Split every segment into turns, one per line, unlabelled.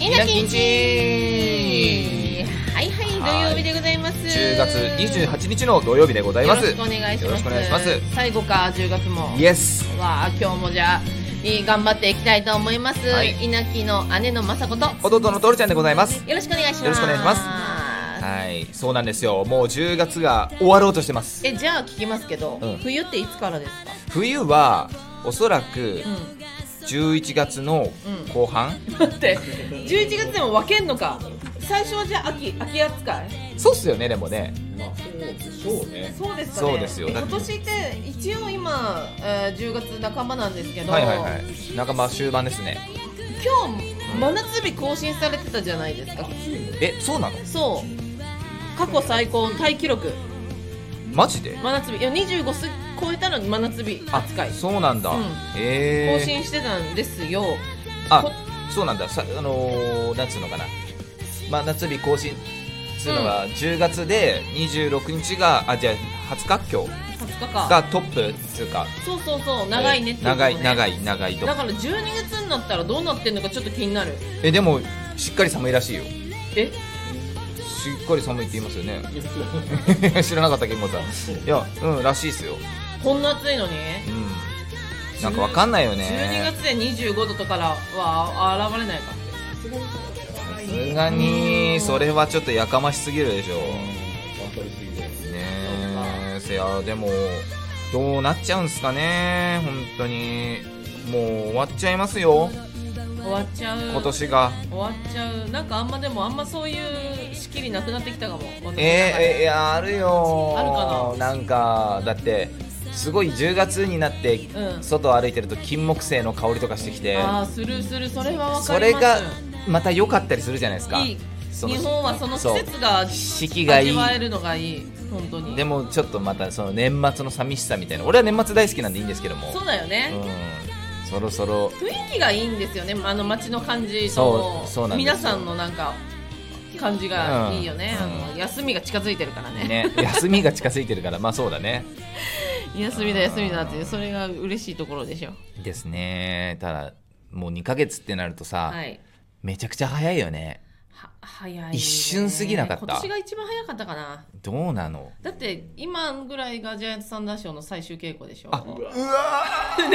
えなきんち
はいはい
はい
土曜日でございます
10月28日の土曜日でござい
よ
ま
ろ
す
しくお願いします
よろしくお願いします
最後か10月も
イエス
わあ今日もじゃあいい頑張っていきたいと思います、
はい
稲城の姉の雅子とよ
弟のとるちゃんでございます
ろしくお願いします
よろしくお願いしますはいそうなんですよもう10月が終わろうとしてます
えじゃあ聞きますけど、
うん
冬っていつからですか
冬はおそらく
う
11月の後半、
ん待って11月でも分けんのか最初はじゃあ秋秋扱い
そうっすよねでもね
まあそうでしょうね。
そうですかね
そうですよだ
今
って
年って一応今、えー10月半ばなんですけど、
はいはいはい仲間終盤ですね
今日真夏日更新されてたじゃないですか
えそうなの
そう過去最高タイ記録
マジで
真夏日いや25す超えたのに真夏日
あ
扱い
そうなんだ、
うん
え
更
ー、
新してたんですよ、こ
あそうなんださあのー、なんつうのかな、まあ、夏日更新つうのが10月で26日があじゃあ20日今日
20日か
がトップつうか
そうそうそう長いねっていうこと
長
ね、
い長い長いと
だから12月になったらどうなってんのかちょっと気になる
えでもしっかり寒いらしいよ
え
しっかり寒いって言いますよね 知らなかったけどさんいやうんらしいですよ
こんな暑いのに
うんなんかわかんないよ
12
ね
月で25度とからはあ現れないか
さすがにそれはちょっとやかましすぎるでしょ
頑張りすぎて。
ねえせやでもどうなっちゃうんすかね本当にもう終わっちゃいますよ
終わっちゃう
今年が
終わっちゃうなんかあんまでもあんまそういう仕切りなくなってきたかも私の中
えー、
で
えいやあるよ
ある
なんかだってすごい10月になって
うん
外を歩いてると金木犀の香りとかしてきて、
ああするするそれはわか
そ
り
れ
ます
がまた良かったりするじゃないですか
いい
その
日本はその季節が
四季がいい
味わえるのがいい本当に
でもちょっとまたその年末の寂しさみたいな俺は年末大好きなんでいいんですけども
そうだよね、
うんそろそろ
雰囲気がいいんですよねあの街の感じ
そ
と
うそうなんですよ
皆さんのなんか感じがいいよね、
うん
あの休みが近づいてるからね
ね休みが近づいてるからまあそうだね
休みだ休みだってそれが嬉しいところでしょ
ですねただもう2ヶ月ってなるとさ、
はい
めちゃくちゃ早いよね
は早いね
一瞬過ぎなかった
今年が一番早かったかな
どうなの
だって今ぐらいがジャイアンツサンダー賞の最終稽古でしょね
あうわ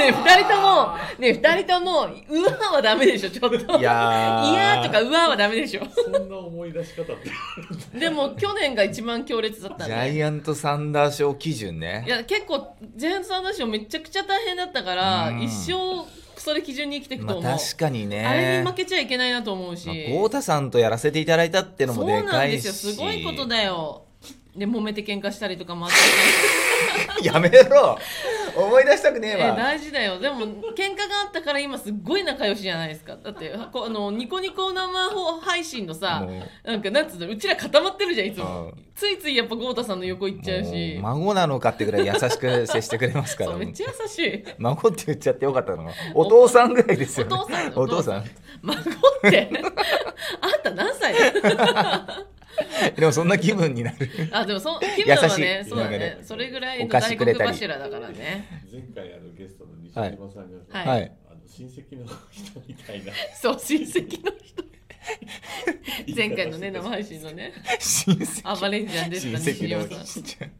え二人ともねえ二人ともうわーはダメでしょちょっと
い
い
やー
いやーとかうわーはダメでしょ
そんな思い出し方 って。
でも去年が一番強烈だった
ー
ん
ジ
で
ャイアントサンダー賞基準ね
いや結構ジャイアンツさんの話もめちゃくちゃ大変だったから、
うん
一生それ基準に生きていく
ま
と
あ
思う、
確かにね
あれに負けちゃいけないなと思うし、
まあ、豪太さんとやらせていただいたってのも
そう
で
な
か
んで
い
す
し
よすごいことだよで揉めて喧嘩したりとかもあったし
やめろ思い出したくねえ
え
わ、
大事だよでも喧嘩があったから今すっごい仲良しじゃないですかだってこあのニコニコ生配信のさ
もう
なんかなんつうのうちら固まってるじゃんいつも
うん
ついついやっぱ豪太さんの横行っちゃうし
もう孫なのかってぐらい優しく接してくれます か
そ
ら
うめっちゃ優しい
孫って言っちゃってよかったのお父さんぐらいですよ、ね、
お父さん
お父さん
孫って あんた何歳
でもそんな気分になる
あでもそ気分はね
優しい
そうだね
なんかね
それぐらいの
お菓子
大
くれ
黒
たり
柱だからね
前回あのゲストの西島さんが、
はい
はい
あの親戚の人みたいな。
そう親戚の人
言い方してた
前回のね生配信のね
親戚
暴れんじゃんでした西
親
島さ
戚
ん
のおじいちゃん
い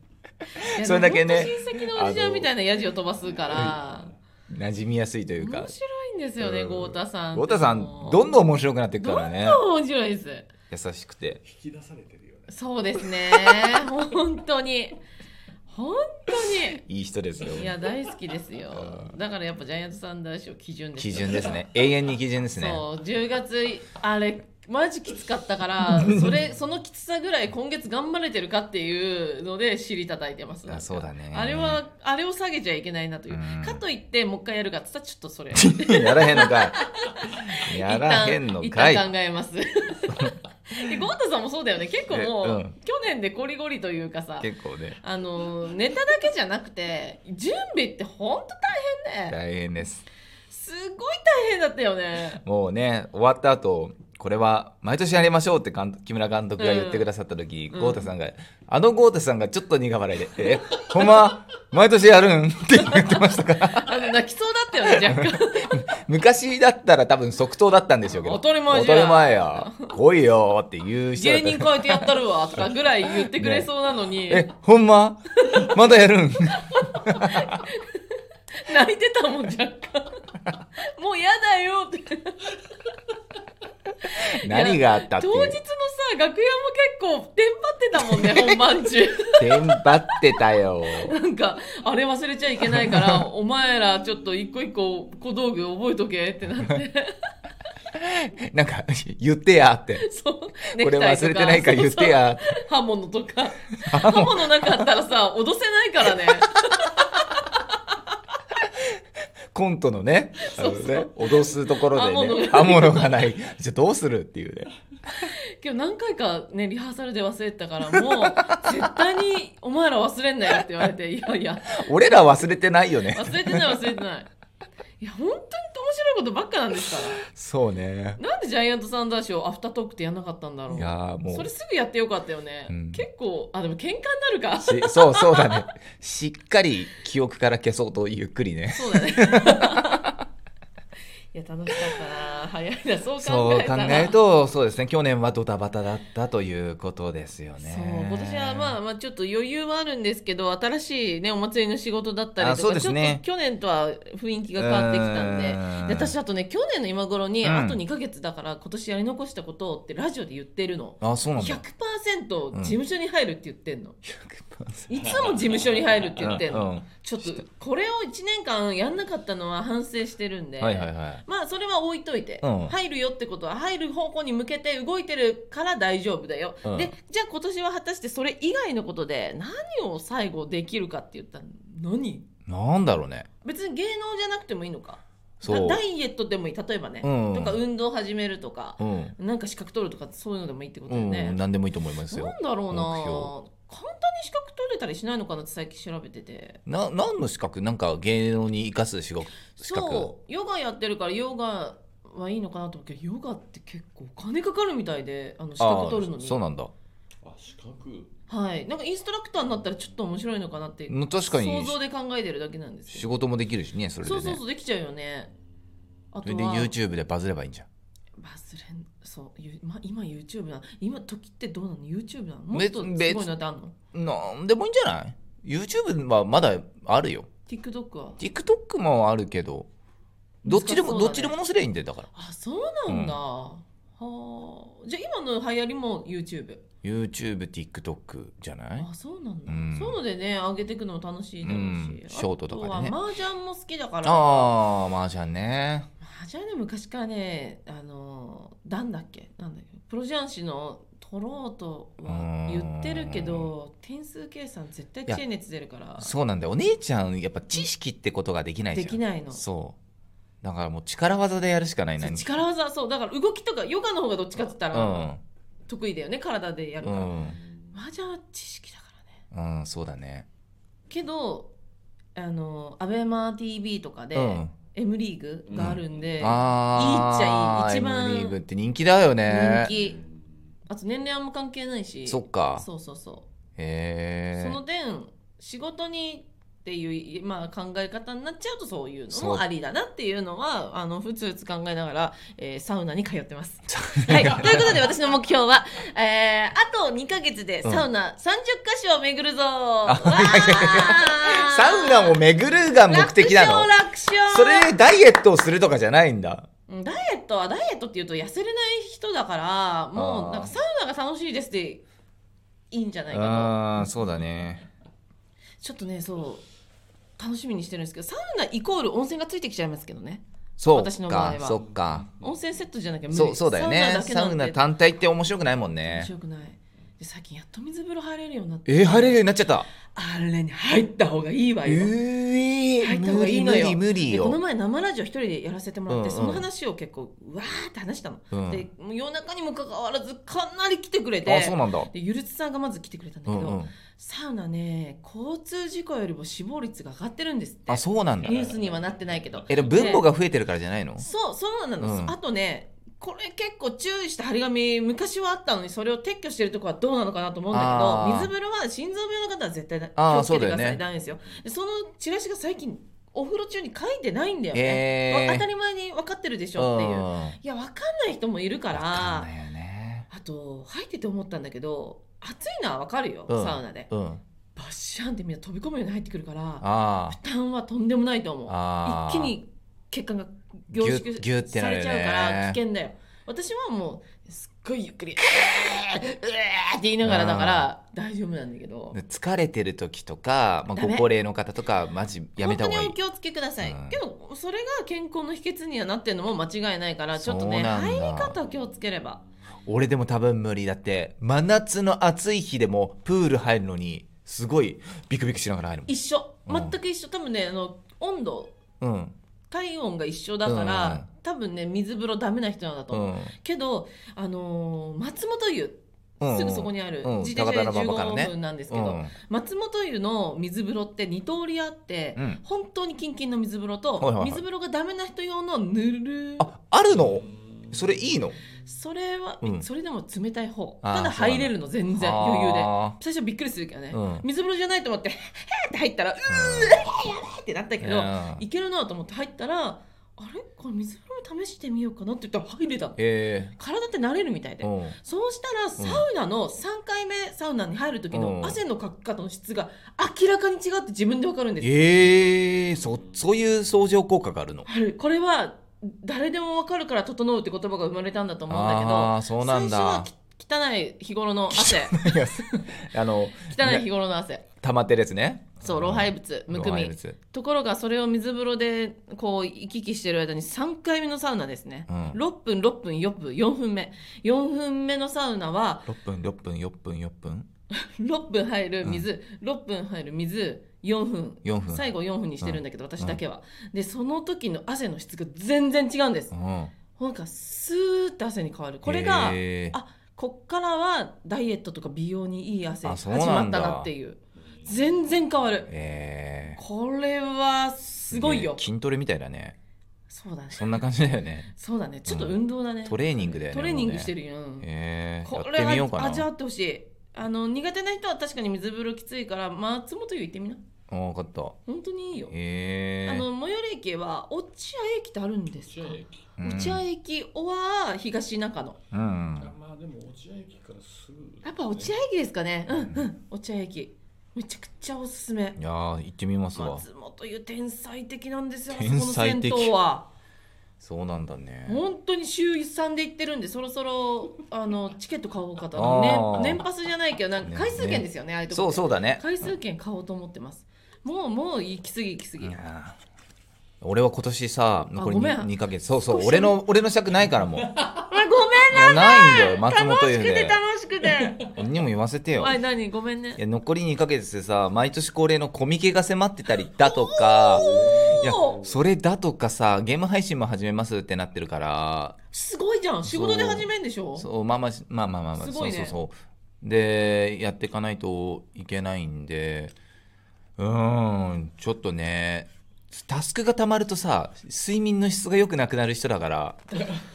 や
それだけ
で
ね
も本当親戚のおじちゃんみたいなヤジを飛ばすから
馴染みやすいというか
面白いんですよね
うん
豪太さん
太田さんどんどん面白くなっていくからね
どん面白いです
優しくて
引き出されてるよね。
そうですね本当に本当に
いい人ですよ
いや大好きですよだからやっぱジャイアントサンダー賞基準です
基
よ
準ですね永遠に基準ですね
そう10月あれマジきつかったから それそのきつさぐらい今月頑張れてるかっていうので尻叩いてます
あそうだね
あれはあれを下げちゃいけないなという、
うん
かといってもう一回やるかって言ったらちょっとそれ
やらへんのかいや
一
ら
旦
へんの
一
かい
旦考えますでゴータさんもそうだよね結構もう、
えうん
去年でゴリゴリというかさ
結構ね
あのネタだけじゃなくて準備ってほんと大変ね
大変です
すごい大変だったよね
もうね終わった後これは毎年やりましょうって監木村監督が言ってくださった時、
うん
豪太さんが、あの 豪太さんがちょっと苦笑いで「えほんま毎年やるん?」って言ってましたから
あのね泣きそうだ ったよね、若干。
昔だったら多分即答だったんでしょうけど。
当たり前じゃん
当たり前や。来いよーって言う人だ
芸
った
人変えてやったるわ、とかぐらい言ってくれそうなのに、
え、ほんま まだやるん
泣いてたもん、若干。もうやだよって。
何があったってい
当
う。
日のさ、楽屋も結構、テンパってたもんね、本番中。
テンパってたよ。
なんか、あれ忘れちゃいけないから、お前らちょっと一個一個小道具覚えとけってなって、
なんか、言ってやって。
そう、
これ忘れてないから言ってやって。
そうそう刃物とか。刃物なかったらさ、脅せないからね。
コントのね、あのね
そうそう
脅すところ
刃物
でね、
が
刃物がない。じゃあどうするっていうね。
今日何回かね、リハーサルで忘れてたから、もう、絶対にお前ら忘れんなよって言われて、いやいや、
俺ら忘れてない よね。
忘れてない忘れてない。いや、本当に面白いことばっかなんですから。
そうね。
なんでジャイアントサンダーショーアフタートークってやんなかったんだろう。
いやーもう
それすぐやってよかったよね。
うん
結構、あ、でも喧嘩になるか。
しそうそうだね。しっかり記憶から消そうとゆっくりね。
そうだ ね。いや、楽しかったな。早いな、そう考
そう
えた
考
ら。
えると、そうですね。去年はドタバタだったということですよ
そう
ね。
今年はまあまあちょっと余裕はあるんですけど新しいねお祭りの仕事だったり
あ
と
そう
か、
で
ち
す
ょっと
ね
去年とは雰囲気が変わってきたんで
うーん
で私あとね去年の今頃に
うん
あと2ヶ月だから今年やり残したことをってラジオで言ってるの、
あ。そうなんだ。
100%
ん
事務所に入るって言ってんの、いつも事務所に入るって言ってんの、
うん
ちょっとこれを1年間やんなかったのは反省してるんで、
はいはいはい。
まあそれは置いといて、
うん
入るよってことは入る方向に向けて動いてるから大丈夫だよ、
うん
でじゃあ今年は果たしてそれ以外のことで何を最後できるかって言ったら何
なんだろうね。
別に芸能じゃなくてもいいのか
そう
ダダイエットでもいい例えばね、
うん
とか運動始めるとか
う、ん。
なんか資格取るとかそういうのでもいいってこと
う
だよ
ん、
ね、
何でもいいと思いますよ
なん。だろう
目
な簡単に資格取れたりしないのかなって最近調べてて
な何の資格なんか芸能に生かす資格資格
そうヨガやってるからヨガはいいのかなと思うけどヨガって結構お金かかるみたいであの資格取るの
あ
に
ーそうなんだ
あ、資格。
はいなんかインストラクターになったらちょっと面白いのかなって
うん確か
想
に
像で考えてるだけなんですけ
仕
ど
事もできるしねそれで
そう
ね
そうそうできちゃうよねあ
そ
と
れで
は
YouTube でバズればいいんじゃん
バズれんそう、ゆま、今 YouTube な今時ってどうなの YouTube なのもっ
別
とすごいのってあんの
なんでもいいんじゃない ?YouTube はまだあるよ。
TikTok は
TikTok もあるけど、どっちでも、
難しそうだね
どっちでも載せりゃいいんだよ、だから。
あそうなんだ、はあじゃあ今の流行りも YouTube
YouTube、TikTok じゃない
あそうなんだ、
うん
そういうのでね上げていくのも楽しいだろうし、
うんショートとかでね
あとは麻雀も好きだから
ああ、マージャンね。
麻雀ね昔からねあのなんだっけなんだっけプロ雀士の取ろうとは言ってるけど点数計算絶対知恵熱出るから
そうなんだよ。お姉ちゃん、やっぱ知識ってことができないじゃ
で
ん。
きないの
そう。だからもう力技でやるしかないな
そう力技そうだから動きとかヨガの方がどっちかって言った
う
ら
ん。
得意だよね、体でやる
う
から、
ん。
麻雀は知識だからね
うん、そうだね。
けどあのアベマ t v とかで、
うん。
M リーグがあるんで、
ああ、
いいっちゃいい一番
M リーグって人気だよね
人。気あと年齢あんま関係ないし
そっか。
そうそうそ
へ
う
え。
その点仕事にっていう、まあ、考え方になっちゃうとそういうのもありだなっていうのはあのふつふつ考えながら、えーサウナに通って ます。はい、ということで私の目標は、えーあと2ヶ月でサウナ30カ所を巡るぞ、わー
サウナを巡るが目的なの
楽勝楽勝
それでダイエットをするとかじゃないんだ。
うんダイエットはダイエットっていうと痩せれない人だからも
あー
うなんかサウナが楽しいですっていいんじゃないか
ああ、そうだね。
とちょっとねそう楽しみにしてるんですけどサウナイコール温泉がついてきちゃいますけどね
そ
私
う
の場合
か
は、
そっか。
温泉セットじゃなきゃ無理
そう、そうだよね。
サ
サ
ウ
ウ
ナだけなん
ナ
て
単体って面白くないもん
面
ね。
白くないで最近やっと水風呂入れるようになって
えー、入れるようになっちゃった。
あれに入った方がいいわ
え
よ、
ー、
入った方
無
がい
理
い
無
のよ
理無理
でこの
よ。
前生ラジオ一人でやらせてもらって、
うんうん
その話を結構うわーって話したの、
うん
でもう夜中にもかかわらずかなり来てくれて
あ、そうなんだ。
でゆるつさんがまず来てくれたんだ
う
け
ん
ど、
うん。
サウナね交通事故よりも死亡率が上がってるんですって
あ、そうなんだ
ニ。ュースにはなってないけど
え、でも分母が増えてるからじゃないの
でそうそうなの、
うん
あとねこれ結構注意した張り紙昔はあったのにそれを撤去してるとこはどうなのかなと思うんだ
あ
け
ー
ど水風呂は心臓病の方は絶対だ気
あー
をつけてくだ
そうだ
さ
よ
い
ね
ダメですよでそのチラシが最近お風呂中に書いてないんだよね、
え
当たり前に分かってるでし
う
ょっていうんいや分かんない人もいるか
わ
ら
かんないよね
あと入ってて思ったんだけど暑いのは分かるよ、
うん
サウナで
うん
バッシャンってみんな飛び込むように入ってくるから
あ
負担はとんでもないと思
ー
う
あ
一気
ー
に血管が凝縮
ギュッギュッて
さ
な
れ
るよ
ち
ね
ゃうから危険だよ私はもうすっごいゆっくり「うえーうえーって言いながらだから大丈夫なんだけど
疲れてる時とか、まあ、
ダ
ご
メ
高齢の方とかマジやめた方がいい
本当にお気をつけください、
うん
けどそれが健康の秘訣にはなってるのも間違いないからちょっと
そう
ね
なんだ
入り方気をつければ
俺でも多分無理だって真夏の暑い日でもプール入るのにすごいビクビクしながら入る
一緒
うん
全く一緒多分ねあの温度
もん
体温が一緒だから、
うん
多分ね水風呂ダメな人なんだと
う
思う、
ん
けど、あのー松本湯
うん
すぐそこにある、
うん
自転車で
高田馬場からね
15分なんですけ
う
ど、
ん
松本湯の水風呂って2通りあって、
うん
本当にキンキンの水風呂と、
はいはいはい
水風呂がダメな人用のぬる
ああるのそれいいの
それは、
うん
それでも冷たい方
あー
ただ入れるの全然余裕で
あ
最初びっくりするけどね、
うん
水風呂じゃないと思って「へーって入ったら「うー
ー
ってなったけ
う
ど、
ん
いけるなと思って入ったらあれこれ水風呂試してみようかなって言ったら入れたの
え
体って慣れるみたい
え
で、
うん
そうしたらサウナの3回目サウナに入る時
う
の
ん
汗のかき方の質が明らかに違うって自分で分かるんですよ
ええそそういう相乗効果があるの
あるこれは誰でも分かるから「整う」って言葉が生まれたんだと思うんだけど
ああそうなん
最初は
だ
き汚い日頃の汗
あの
汚い日頃の汗
溜まってるやつね
そう老廃物むく
老
み
廃物
ところがそれを水風呂でこう行き来してる間に3回目のサウナですね、
うん
6分6分4分4分目4分目のサウナは
6分6分4分4分
6分入る水、6分入る水4分
4分
最後4分にしてるんだけど、私だけは、でその時の汗の質が全然違うんです、
うん
なんかスーッと汗に変わるこれが、
えー
あこっからはダイエットとか美容にいい汗
あ
始
そうなんだ
まったなっていう全然変わる
えー
これはすごいよ、
ね筋トレみたいだね
そうだね
そんな感じだよね
そうだねちょっと運動だね、
トレーニングだよね
トレーニングして
る
るよ、うん
えー、
こ
や
れ
ってみようか
は味わ
な
ってほしいあの苦手な人は確かに水風呂きついから松本湯行ってみな
お分かった
本当にいいよ、
え
あ
ー、
の最寄り駅は落合駅ってあるんです
落
か
合駅
うん
落合駅おは東中野
うん
あまあでも落合駅からすぐ
やっぱ落合駅ですかねうんうん落合駅めちゃくちゃおすすめ
いやー行ってみますわ
松本湯天才的なんですよあそこ
天
の
才
銭
的
湯は
そうなんだね
本当に週3で行ってるんでそろそろあのチケット買おうかと
あー
ね、年パスじゃないけどなんか回数券ですよねああいうとこ
そう
う
そうだね
回数券買おうと思ってますもうもう行き過ぎ行き過ぎ、
いやー俺は今年さ残り
ごめん
2, ヶ月そうそ
少
う
し
俺の俺の尺ないからもうも
あごめんね
うないんだよ松
楽
本
し
湯
くて
で
楽しくて
俺にも言わせてよ
はい何ごめんね
いや残り2ヶ月でさ毎年恒例のコミケが迫ってたりだとかいや
お
それだとかさゲーム配信も始めますってなってるから
すごいじゃん仕事で始めんでしょ
そうまあまあしまあまあまあまあ
すごいね
そうそうそうでやっていかないといけないんでうーんちょっとねタスクがたまるとさ睡眠の質が良くなくなる人だから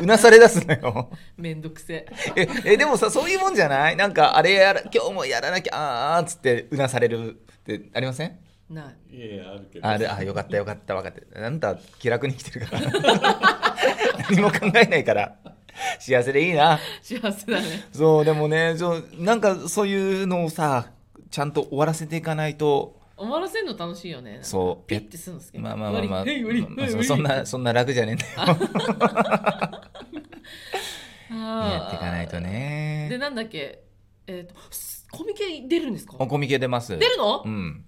うなされだすのよ
めんどくせえ
え えでもさそういうもんじゃないなんかあれやら今日もやらなきゃあーっつってうなされるってありません
ない
いやいやあるけど
あれあよかったよかった分かってるあんた気楽に生きてるから 何も考えないから幸せでいいな
幸せだね
そうでもねそうなんかそういうのをさちゃんと終わらせていかないと
終わらせるの楽しいよね
そう
ピッてするんですけど
まあまあまあまあ
終わり
まあ
終
そ
わり
そんなそんな楽じゃねえんだよ
あー
やっていかないと
で
ね
なんだっけえっ、とすコミケ出るんですか
おコミケ出ます
出るの、
うん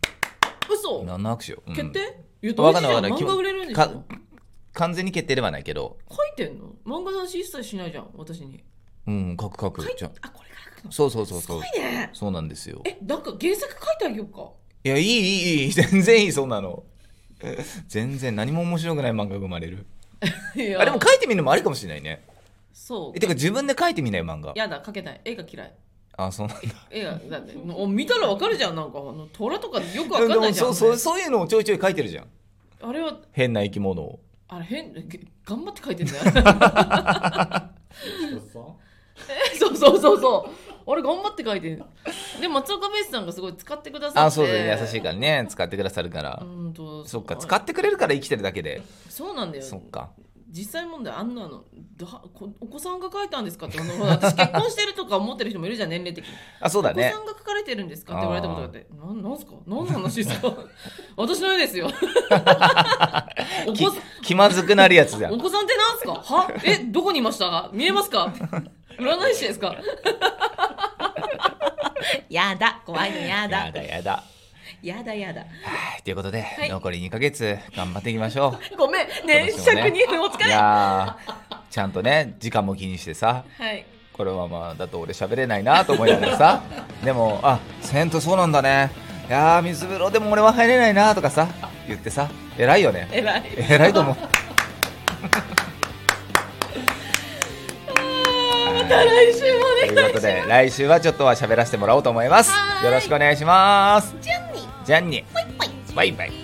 嘘
何の握手よ、うん、
決定、言うと
わかんないわかんない
漫画売れるんでしょ
か完全に決定ではないけど
書いてんの漫画の話一切しないじゃん私に
うん書く書く
書い
じゃ
あこれから書くの
そうそうそう
す
そう
ごいね
そうなんですよ
えなんか原作書いてあげようか
いやいいい いいい全然いいそんなの全然何も面白くない漫画が生まれる
いや
あでも書いてみるのもありかもしれないね
そう
えてか自分で書いてみない漫画
やだ書けない絵が嫌い
あそうなんだ
絵がだってお見たらわかるじゃんなんかあの虎とかよくわか
で
んない
も
じゃん
そうそうそういうのをちょいちょい書いてるじゃん
あれは
変な生き物を
あれ変げ頑張 って書いてんだよ
吉田さん
そうそうそうそうあれ頑張って書いてるでも松岡ベースさんがすごい使ってくださって
あそうだね優しいからね使ってくださるから、
うんと
そっか
あ
使ってくれるから生きてるだけで、
そうなんだよ
そっか
実際問題あんなのだこお子さんが書いたんですかってあのほら私結婚してるとか思ってる人もいるじゃん年齢的に、
あ そうだ
お子
ね
さんが書かれてるんですかって言われたことがあってなんなんすか何の話ですか 私の絵です よ お子さん
気まずくなるやつじゃ
お
ん
子さんってなんすかはえどこにいました見えますか占い師ですか やだ怖いの やだ
やだやだ
やだやだ
はいということで、
い
残り2ヶ月頑張っていきましょ
ごめんね
今年もね
尺にお疲
うい
れ
やーちゃんとね時間も気にしてさ
はい
このままだと俺喋れないなと思いながら さでもあ銭湯そうなんだねいやー水風呂でも俺は入れないなとかさ言ってさ偉いよね
偉い
偉いと思 う
また来週も
とい
お願
う
いします
ことで来週はちょっとは喋らせてもらおうと思います
はーい
よろしくお願いします
じゃんに
じゃんに
ぽいぽい
バイバイ